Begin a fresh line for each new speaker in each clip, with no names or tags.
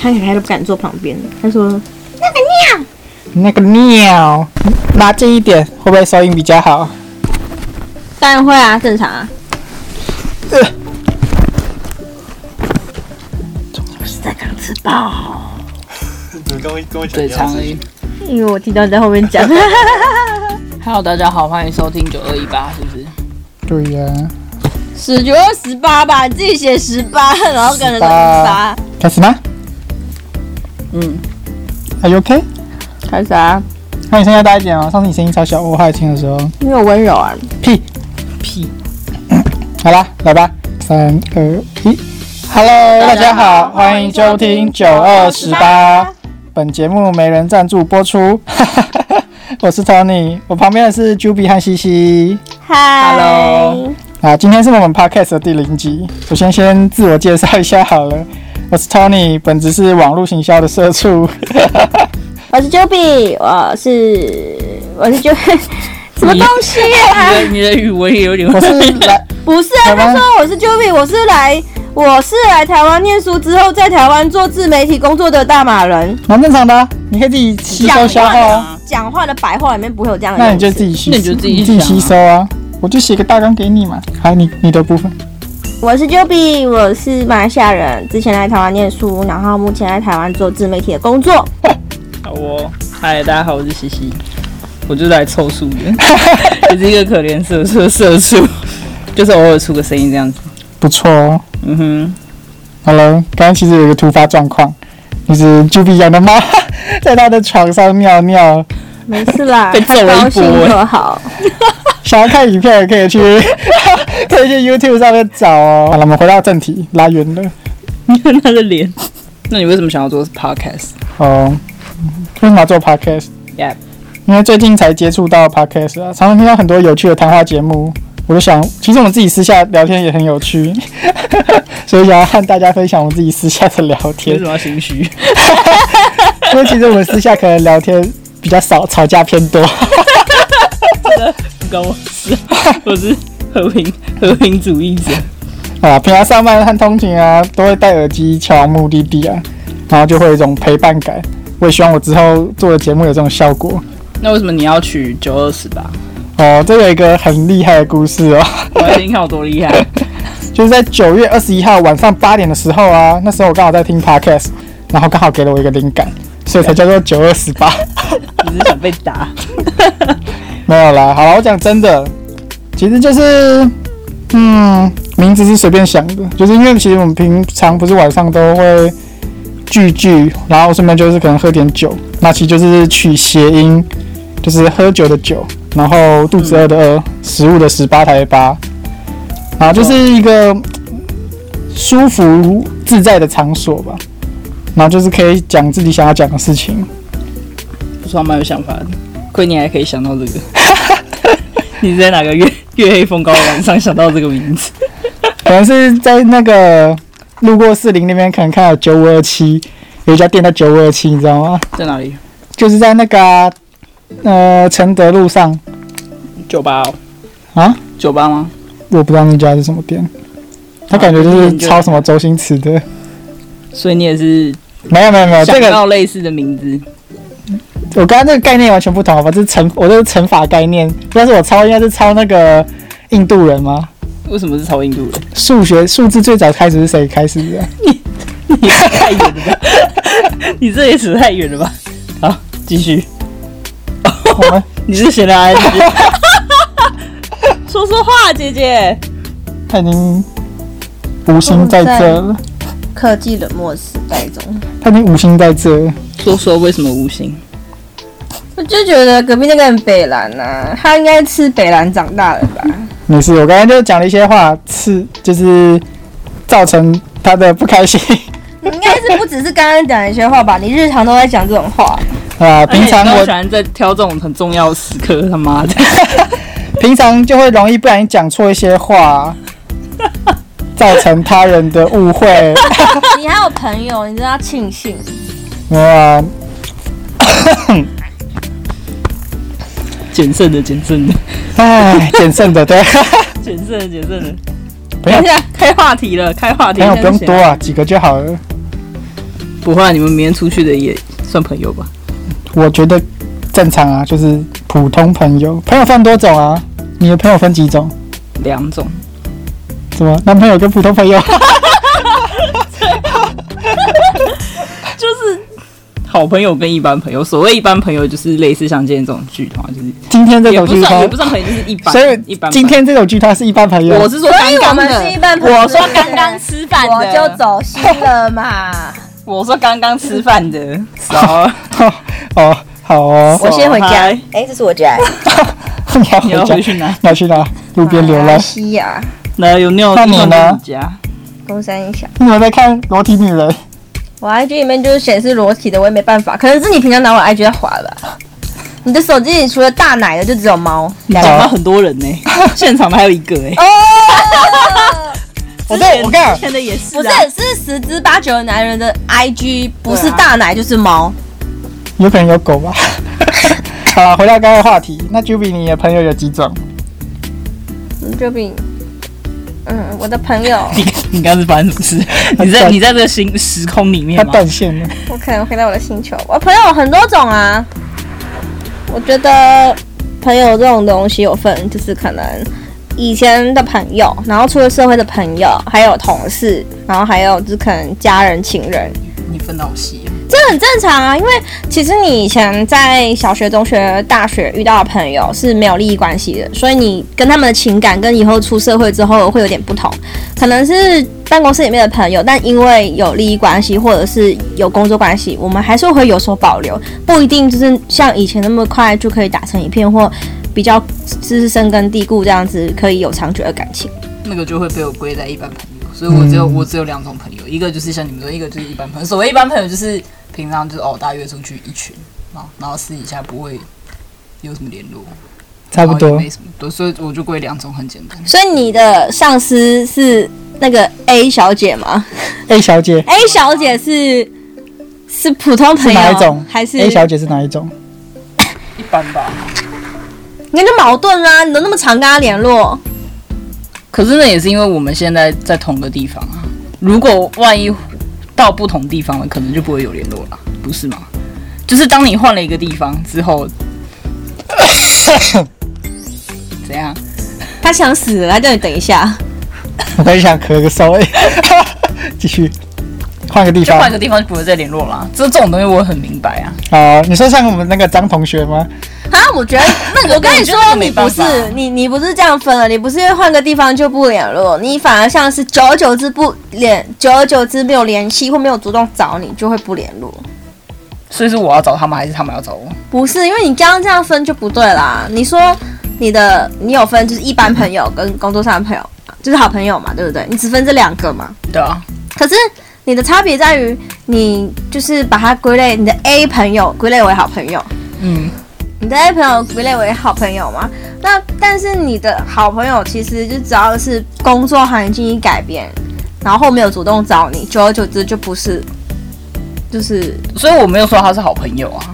他还不敢坐旁边，他说
那个尿，拉近一点，会不会收音比较好？
当然会啊，正常啊。呃我是在刚吃饱，
你跟我跟我讲
最
一样
长
的
的
事
一
情。。
因为我听到你在后面讲。
Hello，大家好，欢迎收听九二一八， 是不是？
对呀、
十九二十八吧，你自己写十八，然后跟人说
18
十八，
开始吗
嗯，
？Are you OK？
开始啊，
那你声音要大一点哦，上次你声音超小，我后来听的时候，
因为我温柔啊。
屁
屁，
好啦，来吧，三二一，Hello，大家好，欢迎收听九二十八，本节目没人赞助播出， 我是 Tony，我旁边的是 Juby 和西西。
嗨
Hello
啊，今天是我们 podcast 的第零集。首先，先自我介绍一下好了，我是 Tony，本职是网络行销的社 畜。
我是 Juby，我是我是 Juby，什 么东西
你
啊？
的你的语文也有点
我是来，
不是啊，
台
他
湾
说我是 Juby，我是来我是来台湾念书之后，在台湾做自媒体工作的大马人。
蛮正常的啊、你可以自己吸收消化啊。
讲话的白话里面不会有这样的用词，
那你就自己吸，
那你就自己
自己
想
吸
啊
收啊。我就写个大纲给你嘛。好，你你的部分，
我是 Juby，我是马来西亚人，之前来台湾念书，然后目前在台湾做自媒体的工 作。
好哦，嗨，大家好，我是西西，我就是来凑数的，也是一个可怜社社社畜，就是偶尔出个声音这样子。
不错哦。
嗯哼，
好了，刚刚其实有一个突发状况，就是 Juby 养的猫 在他的床上尿尿。
没事啦，
被揍了
高
一波
兴就好。
想要看影片也可以去， 可以去 YouTube 上面找哦。好了，我们回到正题，拉远了。
你看他的脸。那你为什么想要做 podcast？
哦，为什么要做 podcast？
Yeah
因为最近才接触到 podcast 啊，常常听到很多有趣的谈话节目，我就想，其实我们自己私下聊天也很有趣， 所以想要和大家分享我们自己私下的聊
为
天
什，么要心虚？
因为其实我们私下可能聊天比较少，吵架偏多。
不 关我事， 我是和平和平主义者。
啊，平常上班和通勤啊，都会戴耳机前往目的地啊，然后就会有一种陪伴感。我也希望我之后做的节目有这种效果。
那为什么你要取九二十八？
哦，这有一个很厉害的故事哦，
我要听看我多厉害。
就是在九月二十一号晚上八点的时候啊，那时候我刚好在听 podcast，然后刚好给了我一个灵感，所以才叫做九二十八。
只是想被打。
没有啦，好了，我讲真的，其实就是，嗯，名字是随便想的，就是因为其实我们平常不是晚上都会聚聚，然后顺便就是可能喝点酒，那其实就是取谐音，就是喝酒的酒，然后肚子饿的饿，食物的十八台八，然后就是一个舒服自在的场所吧，然后就是可以讲自己想要讲的事情。
不错，蛮有想法的。亏你还可以想到这个。 你是在哪个月月黑风高的晚上想到这个名字？
可能是在那个路过四零那边，可能看到九五二七有一家店叫九五二七，你知道吗？
在哪里？
就是在那个啊、呃承德路上
酒吧哦。
啊，
酒吧吗？
我不知道那家是什么店，他感觉就是抄什么周星驰的。
所以你也是
没有没有没有，这
想
个
到类似的名字，
我刚刚这个概念完全不同，好吧？这是乘，我这是乘法概念。要是我抄，应该是抄那个印度人吗？
为什么是超印度人？
数学数字最早开始是谁开始的？
你也太远了吧！ 你这也扯太远了吧！好，继 续。
我们
你是谁的 I G？说 说话，姐姐。
他已经无心在这了，
科技冷漠时代中，
他已经无心在这了。
说说为什么无心？
我就觉得隔壁那个人北兰啊，他应该吃北兰长大的吧？
没事，我刚才就讲了一些话，是就是造成他的不开心
你 应该是不只是刚刚讲的一些话吧？你日常都在讲这种话，
啊、平常
哎而且你都
我
喜欢在挑这种很重要的时刻，他妈 的，
平常就会容易不小心讲错一些话，造成他人的误会。
你还有朋友，你真的要庆幸。
没有啊，
谨慎的，谨慎的，
唉，简胜的对，
谨慎的，谨慎的。
不要
等一下，开话题了，开话题。
朋友
现
不
在
用
是
多啊，几个就好了。
不会啊，你们明天出去的也算朋友吧？
我觉得正常啊，就是普通朋友，朋友分多种啊。你的朋友分几种？
两种，
什么男朋友跟普通朋友？
就是好朋友跟一般朋友。所谓一般朋友，就是类似像今天这种剧团，就是
今天这
也
种
不
剧
算
他
也不，算朋友，就是一般。
所
一
以
般。
今天这种剧他是一般朋友。
我是说
所以我
刚刚
们是
的
一般朋友
我说刚刚吃饭的，
我就走心了嘛。
我说刚刚吃饭的，好，
哦，好哦，
我先回家
嗨。
哎，这是我家，
你要回
你要
家
回，去哪？
要去哪？路边流
马
浪
哎
来。西亚
那有没有
那你呢
地方跟你家？
东山一小。
你有在看《裸体女人》？
我 IG 里面就是显示裸体的，我也没办法，可能是你平常拿我 IG 在滑 吧。你的手机里除了大奶的就只有猫。
你讲到很多人呢、现场的还有一个哎、
哦
我在我跟你讲
之前的也是、
不
啊，
是，是十之八九的男人的 IG 不是
对啊
大奶就是猫。
有可能有狗吧。好了，回到刚刚的话题，那 Juby 你的朋友有几种？
嗯就比嗯，我的朋友，
你你刚刚是发生什 么事？你在你在这个新时空里
他
面吗？
断线了，
我可能回到我的星球。我朋友很多种啊，
我觉得朋友这种东西有分，就是可能以前的朋友，然后出了社会的朋友，还有同事，然后还有就是可能家人、情人，
你分到细了，
这很正常啊。因为其实你以前在小学、中学、大学遇到的朋友是没有利益关系的，所以你跟他们的情感跟以后出社会之后会有点不同。可能是办公室里面的朋友，但因为有利益关系或者是有工作关系，我们还是会有所保留，不一定就是像以前那么快就可以打成一片或。比较就是深根蒂固这样子，可以有长久的感情。
那个就会被我归在一般朋友，所以我
嗯
只有、我只有两种朋友，一个就是像你们说，一个就是一般朋友。所谓一般朋友，就是平常就是哦，大家约出去一群，然后然后私底下不会有什么联络，
差不
然后也
多
哦没。什么，对，所以我就归两种很简单。
所以你的上司是那个 A 小姐吗？
A 小姐
A 小姐是是普通朋
是
友
哪一种？
还是
？A 小姐是哪一种？
一般吧，
那就矛盾啊！你都那么常跟她联络，
可是那也是因为我们现在在同个地方啊。如果万一到不同地方了，可能就不会有联络了，不是吗？就是当你换了一个地方之 后，怎样？
她想死了，她叫你等一下。
我很想咳个嗽，哎 继续换个地
就
方
换。一个地方就不会再联络啦。这这种东西我很明白啊。
好，你说像我们那个张同学吗？
啊，我 觉得那个，我跟你说
我觉得那个，
你
没
不
办
是
法
你你不是这样分了，你不是因为换个地方就不联络，你反而像是久而久之不联，久而久之没有联系或没有主动找你，就会不联络。
所以是我要找他们，还是他们要找我？
不是，因为你刚刚这样分就不对啦。你说你的你有分就是一般朋友跟工作上的朋友，就是好朋友嘛，对不对？你只分这两个嘛。
对啊，
可是你的差别在于，你就是把它归类，你的 A 朋友归类为好朋友，
嗯，
你的 A 朋友归类为好朋友嘛？那但是你的好朋友其实就只要是工作环境一改变，然后没有主动找你，久而久之就不是，就是
所以我没有说他是好朋友啊。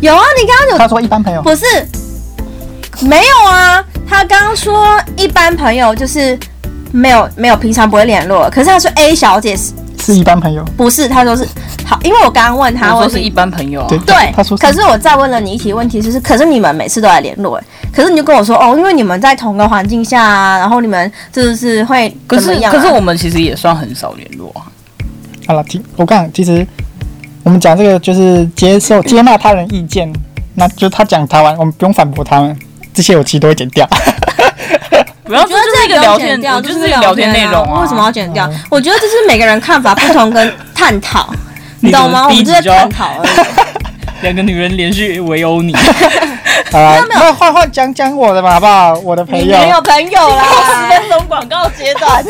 有啊，你刚刚有
他说一般朋友。
不是，没有啊。他刚刚说一般朋友就是没有没有平常不会联络，可是他说 A 小姐是
是一般朋友，
不是？他说是好，因为我刚刚问他，
我
问
说是一般朋友啊
对。
对，
他说
可是我再问了你一题问题，就是可是你们每次都来联络，哎可是你就跟我说哦，因为你们在同个环境下啊，然后你们就是会
可
怎么
是
样啊、
可是我们其实也算很少联络啊。
好了，听我刚其实我们讲这个就是 接受接纳他人意见，那就他讲台湾，我们不用反驳他们，这些我其实都会剪 掉。
不要
我觉得
就是一
这
个
不用
聊天
剪，掉，
我就是
是
一个聊天内容
啊，
啊。
为什么要剪掉？我觉得这是每个人看法不同跟探讨，你懂吗？我
你
们
怎
就
么
在
逼急就要
探讨而已。
两个女人连续围殴 你？
好啦，那换换讲讲我的吧，好不好？我的朋
你
友，
没有朋友啊啦，
分钟广告阶段，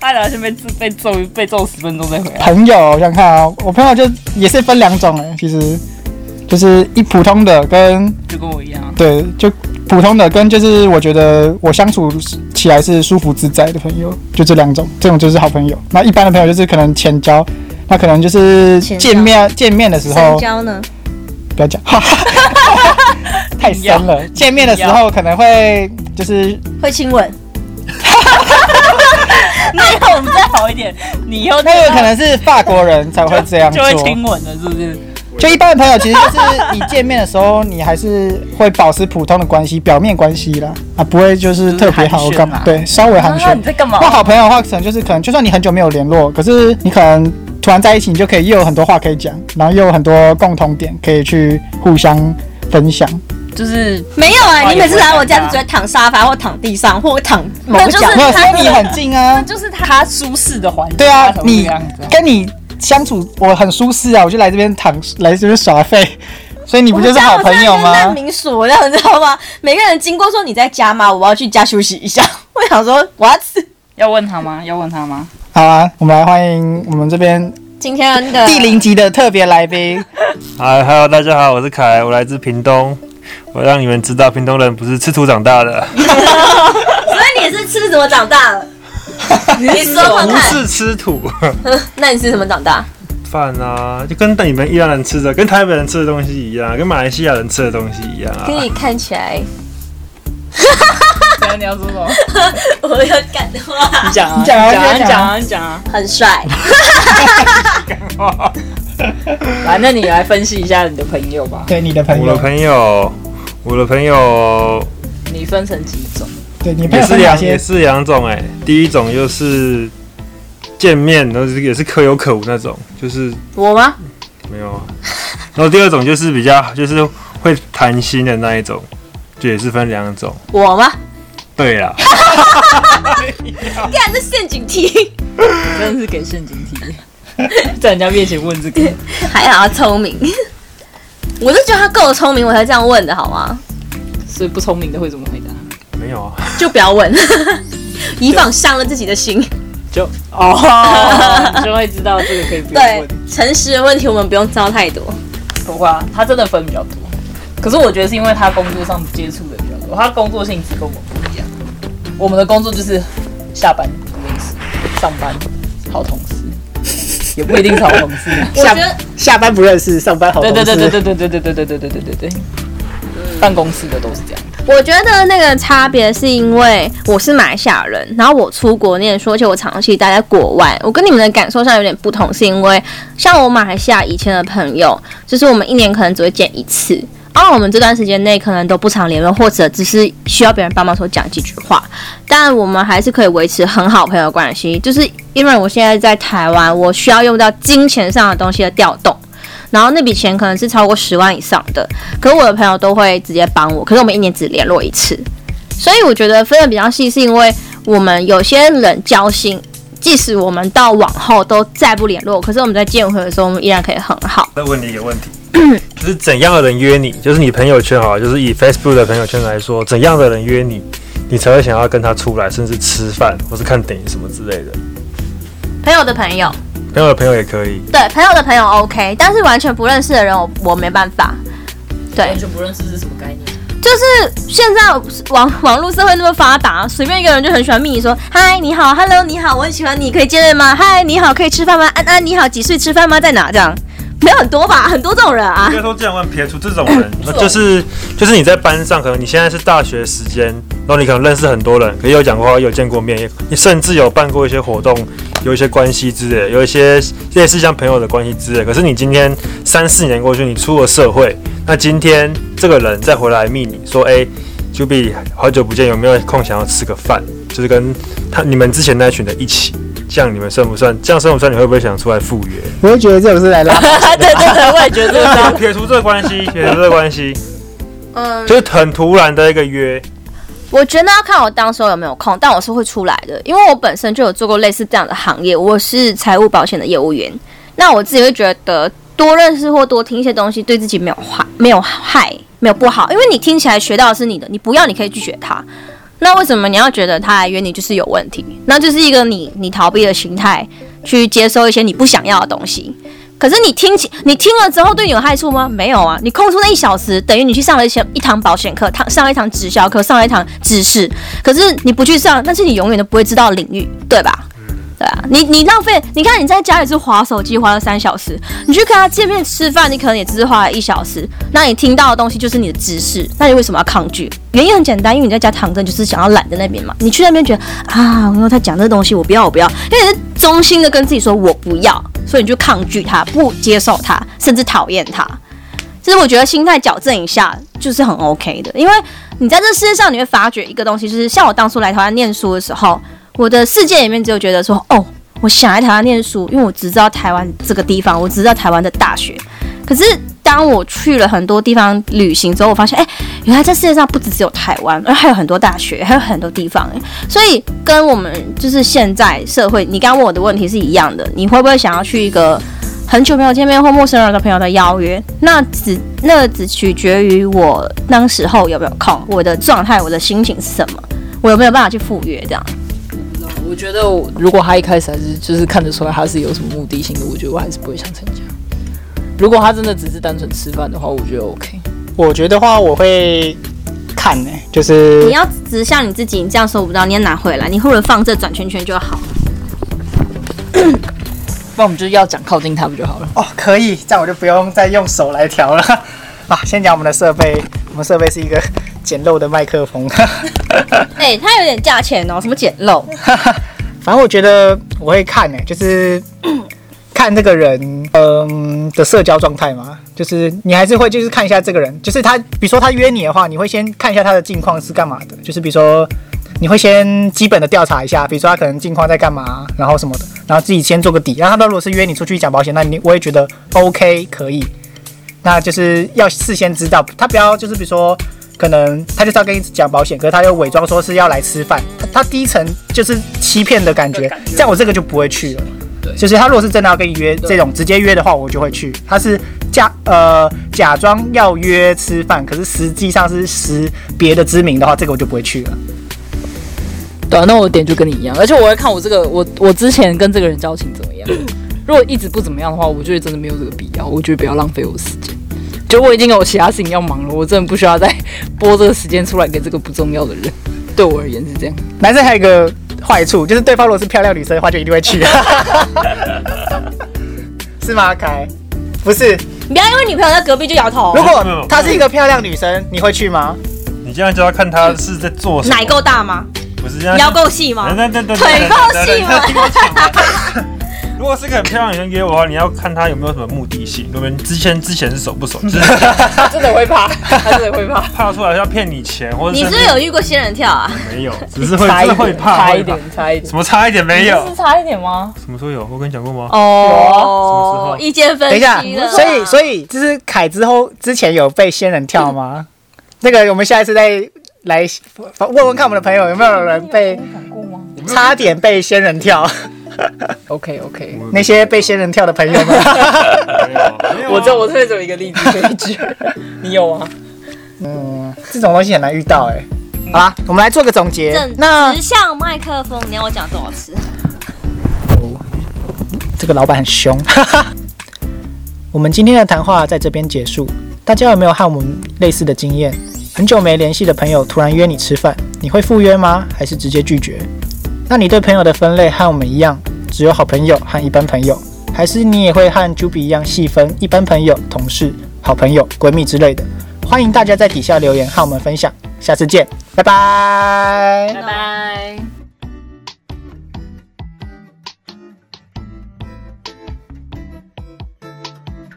他俩先被揍被揍被揍十分钟再回来。
朋友，我想看啊，我朋友就也是分两种哎、其实就是一普通的跟
就跟我一样，啊
对，就普通的跟就是我觉得我相处起来是舒服自在的朋友，就这两种，这种就是好朋友。那一般的朋友就是可能浅交，那可能就是
浅交
见面见面的时候
深交呢？
不要讲， 哈哈哈哈太深了。见面的时候可能会就是
会亲吻，
那以后我们再好一点，你以后
那个可能是法国人才会这样
就
做。
会亲吻了，是不是？
就一般的朋友，其实就是你见面的时候，你还是会保持普通的关系，表面关系啦，啊，不会就是特别好
就是寒暄啊
干嘛？对，稍微寒
啊
暄
你。在干嘛？
那好朋友的话，可能就是可能，就算你很久没有联络，可是你可能突然在一起，你就可以又有很多话可以讲，然后又有很多共同点可以去互相分享。
就是
没有啊，
哇
你每次来我家
也不会尴尬
就只会躺沙发或躺地上或躺某
那
个
就
角
是没有，所以你很近啊。
就是他舒适的环境，
对啊
他才，会这
你
样子啊
跟你相处我很舒适啊，我就来这边躺，来这边耍废， 所以你不就是好朋友
我家我真的跟难
吗？
民所料，你知道吗？每个人经过说你在家吗？我要去家休息一下。 我想说，what？
要问他吗？要问他吗？
好啊，我们来欢迎我们这边
今天的
第零集的特别来 宾，
嗨，Hello，大家好，我是凯，我来自屏东，我让你们知道屏东人不是吃土长大的，
所以你是吃什么长大的？你说说
不
看，
是吃土
那你是什么长 大？
饭啊，就跟你们宜兰人吃的，跟台北人吃的东西一样，跟马来西亚人吃的东西一样啊
跟。你看起来，
等一下你要说什么？
我有感哇，
你讲啊，
你讲啊
你啊，
你讲啊
你讲啊，你讲啊。
很帅。
来，那你来分析一下你的朋友吧，
对你的朋
我的
友，
朋友，我的朋友
你分成几种？
对你朋
也
友
是
分享
两
些
也是两种哎、第一种就是见面，然后就是也是可有可无那种，就是
我吗？
没有啊。然后第二种就是比较就是会谈心的那一种，就也是分两种。
我吗？
对啦，
干，这陷阱题，
真的是给陷阱题， 在人家面前问这个，
还好他聪明。 我是觉得他够聪明，我才这样问的好吗？
所以不聪明的会怎么回答？
没有啊。
就不要问， 以防伤了自己的心。
就哦， 你就会知道这个可以不用
对
问。，
诚实的问题我们不用招太多。
不会啊，他真的分比较多。可是我觉得是因为他工作上接触的比较多，他工作性质跟我们不一样。我们的工作就是下班认识，上班好同事，也不一定是好同事。
我觉得
下班不认识，上班好
对
同
对
事。
对对对对对对对对对对对对对，办公室的都是这样。
我觉得那个差别是因为我是马来西亚人，然后我出国念书，而且我长期待在国外。我跟你们的感受上有点不同，是因为像我马来西亚以前的朋友，就是我们一年可能只会见一次，然后我们这段时间内可能都不常联络，或者只是需要别人帮忙的时候讲几句话，但我们还是可以维持很好朋友的关系。就是因为我现在在台湾，我需要用到金钱上的东西的调动。然后那笔钱可能是超过十万以上的，可是我的朋友都会直接帮我，可是我们一年只联络一次，所以我觉得分的比较细，是因为我们有些人交心，即使我们到往后都再不联络，可是我们在见回的时候，我们依然可以很好。
再问你一个 问题，就是怎样的人约你？就是你朋友圈好了，就是以 Facebook 的朋友圈来说，怎样的人约你，你才会想要跟他出来，甚至吃饭或是看电影什么之类的？
朋友的朋友，
朋友的朋友也可以，
对朋友的朋友 OK，但是完全不认识的人我，我没办法。对
完，全不认识是什么概念？
就是现在网网络社会那么发达，随便一个人就很喜欢密你说嗨你好，hello 你好，我很喜欢你，可以见面吗？嗨你好，可以吃饭吗？安安你好，几岁吃饭吗？在哪？这样没有很多吧，很多这种人啊
应。该说，这样问撇除这种人，那就是 就是你在班上，可能你现在是大学时间，然后你可能认识很多人，也有讲过话，也有见过面，也你甚至有办过一些活动，有一些关系之类，有一些类似像朋友的关系之类。可是你今天三四年过去，你出了社会，那今天这个人再回来密你说，哎、j u b y 好久不见，有没有空想要吃个饭？就是跟他你们之前那群的一起，这样你们算不算？这样算不算？你会不会想出来赴约？
我会觉得这种是来拉，
对对对，我也觉得
然后撇除这个关系， 撇除这个关系，
嗯，
就是很突然的一个约，
我觉得要看我当时候有没有空，但我是会出来的，因为我本身就有做过类似这样的行业，我是财务保险的业务员。那我自己会觉得多认识或多听一些东西，对自己没有坏，没有害，没有不好，因为你听起来学到的是你的，你不要你可以拒绝他。那为什么你要觉得他来约你就是有问题？那就是一个你你逃避的心态去接收一些你不想要的东西。可是你听起，你听了之后对你有害处吗？没有啊，你空出那一小时，等于你去上了一些一堂保险课，堂上了一堂直销课，上了一堂知识。可是你不去上，那是你永远都不会知道的领域，对吧？对啊，你你浪费，你看你在家里是划手机划了三小时，你去跟他见面吃饭，你可能也只是花了一小时，那你听到的东西就是你的知识，那你为什么要抗拒？原因很简单，因为你在家躺着，你就是想要懒在那边嘛。你去那边觉得啊，我跟他讲这个东西，我不要，我不要，因为你是衷心的跟自己说我不要，所以你就抗拒他，不接受他，甚至讨厌他。其实我觉得心态矫正一下就是很 OK 的，因为你在这世界上你会发觉一个东西，就是像我当初来台湾念书的时候，我的世界里面只有觉得说，哦，我想来台湾念书，因为我只知道台湾这个地方，我只知道台湾的大学。可是当我去了很多地方旅行之后，我发现，哎，原来这世界上不只只有台湾，而还有很多大学，还有很多地方。哎所以跟我们就是现在社会，你刚刚问我的问题是一样的，你会不会想要去一个？很久没有见面或陌生人的朋友的邀约，那只那只取决于我当时候有没有空，我的状态，我的心情是什么，我有没有办法去赴约这样。
我觉得我如果他一开始还是就是看得出来他是有什么目的性的，我觉得我还是不会想参加。如果他真的只是单纯吃饭的话，我觉得 OK。
我觉得话我会看呢、就是
嗯你要指向你自己，你这样收不到，你要拿回来，你或者放这转圈圈就好。
那我们就要讲靠近他不就好了？
哦，可以，这样我就不用再用手来调了。啊，先讲我们的设备，我们设备是一个简陋的麦克风。
哎、它有点价钱哦，什么简陋？
反正我觉得我会看呢、就是看这个人，嗯的社交状态嘛，就是你还是会就是看一下这个人，就是他，比如说他约你的话，你会先看一下他的近况是干嘛的，就是比如说你会先基本的调查一下，比如说他可能近况在干嘛，然后什么的，然后自己先做个底。然后他如果是约你出去讲保险，那你我也觉得 OK 可以，那就是要事先知道，他不要就是比如说。可能他就是要跟你讲保险，可是他又伪装说是要来吃饭，他他第一层就是欺骗的感觉，这样我这个就不会去了。
对
就是他如果是真的要跟你约这种直接约的话，我就会去。他是假呃假装要约吃饭，可是实际上是识别的知名的话，这个我就不会去了。
对啊，那我的点就跟你一样，而且我会看我这个我我之前跟这个人交情怎么样。如果一直不怎么样的话，我觉得真的没有这个必要，我觉得不要浪费我的时间。就我已经有其他事情要忙了，我真的不需要再拨这个时间出来给这个不重要的人。对我而言是这样。
男生还有一个坏处，就是对方如果是漂亮女生的话，就一定会 去。是吗，凯？不是，
你不要因为女朋友在隔壁就摇 头
如，果
没有没有
她是一个漂亮女生，你会去吗？
你这样就要看他是在做什么，
奶够大吗？
不是这样
腰够细
啊
吗？
等等等等，
腿够细吗
等等等等等等等等 如果是个很漂亮的女生约我的话，你要看她有没有什么目的性，对不对？之前之前是熟不熟，就是
他真的会怕， 他真的会怕。
怕出来是要骗你钱，或者
你是不是有遇过仙人跳啊？
没有？只是会
差
真
一
的
点，
会怕，
差
会
一点
怕，
差一点。
什么差一点没有
你？是差一点吗？
什么时候有？我跟你讲过吗？
哦，意见分
等一
析
下，
了。
所以所以就是凯之后之前有被仙人跳吗？那个我们下一次再来问问看我们的朋友有没有人被
讲过吗
差点被仙人跳，
？OK OK，
那些被仙人跳的朋友们，
没有，没有啊
我知道我这边只有一个例子可以 举，你有吗？
嗯，这种东西很难遇到哎、好啦，我们来做个总结。
正
那
直向麦克风，你要我讲多少次？
这个老板很凶。 我们今天的谈话在这边结束。大家有没有和我们类似的经验？很久没联系的朋友突然约你吃饭，你会赴约吗？还是直接拒绝？那你对朋友的分类和我们一样，只有好朋友和一般朋友，还是你也会和 Juby 一样细分一般朋友、同事、好朋友、闺蜜之类的？欢迎大家在底下留言和我们分享。下次见，拜拜
拜。